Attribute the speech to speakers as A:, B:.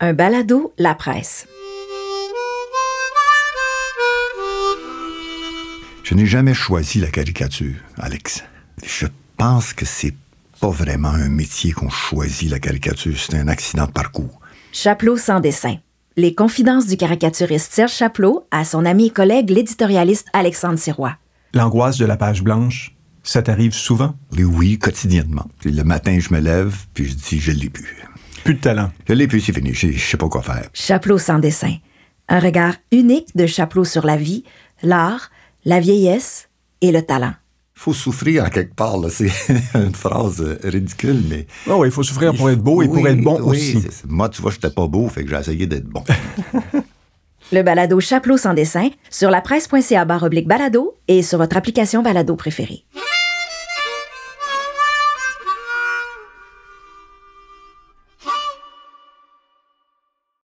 A: Un balado, la presse.
B: Je n'ai jamais choisi la caricature, Alex. Je pense que c'est pas vraiment un métier qu'on choisit, la caricature. C'est un accident de parcours.
A: Chaplot sans dessin. Les confidences du caricaturiste Serge Chaplot à son ami et collègue l'éditorialiste Alexandre Sirois.
C: L'angoisse de la page blanche, ça t'arrive souvent?
B: Les oui, quotidiennement. Puis le matin, je me lève, puis je dis, je l'ai plus.
C: Plus de talent.
B: Je l'ai plus, c'est fini. Je je sais pas quoi faire.
A: Chaplot sans dessin. Un regard unique de Chaplot sur la vie, l'art, la vieillesse et le talent.
B: Faut souffrir à quelque part, là. C'est une phrase euh, ridicule, mais.
C: Ah oui, il faut souffrir pour être beau et pour
B: Oui,
C: être bon
B: oui,
C: aussi.
B: c'est- c'est- Moi, tu vois, j'étais pas beau, fait que j'ai essayé d'être bon.
A: Le balado Chaplot sans dessin sur la presse.ca barre oblique balado et sur votre application balado préférée.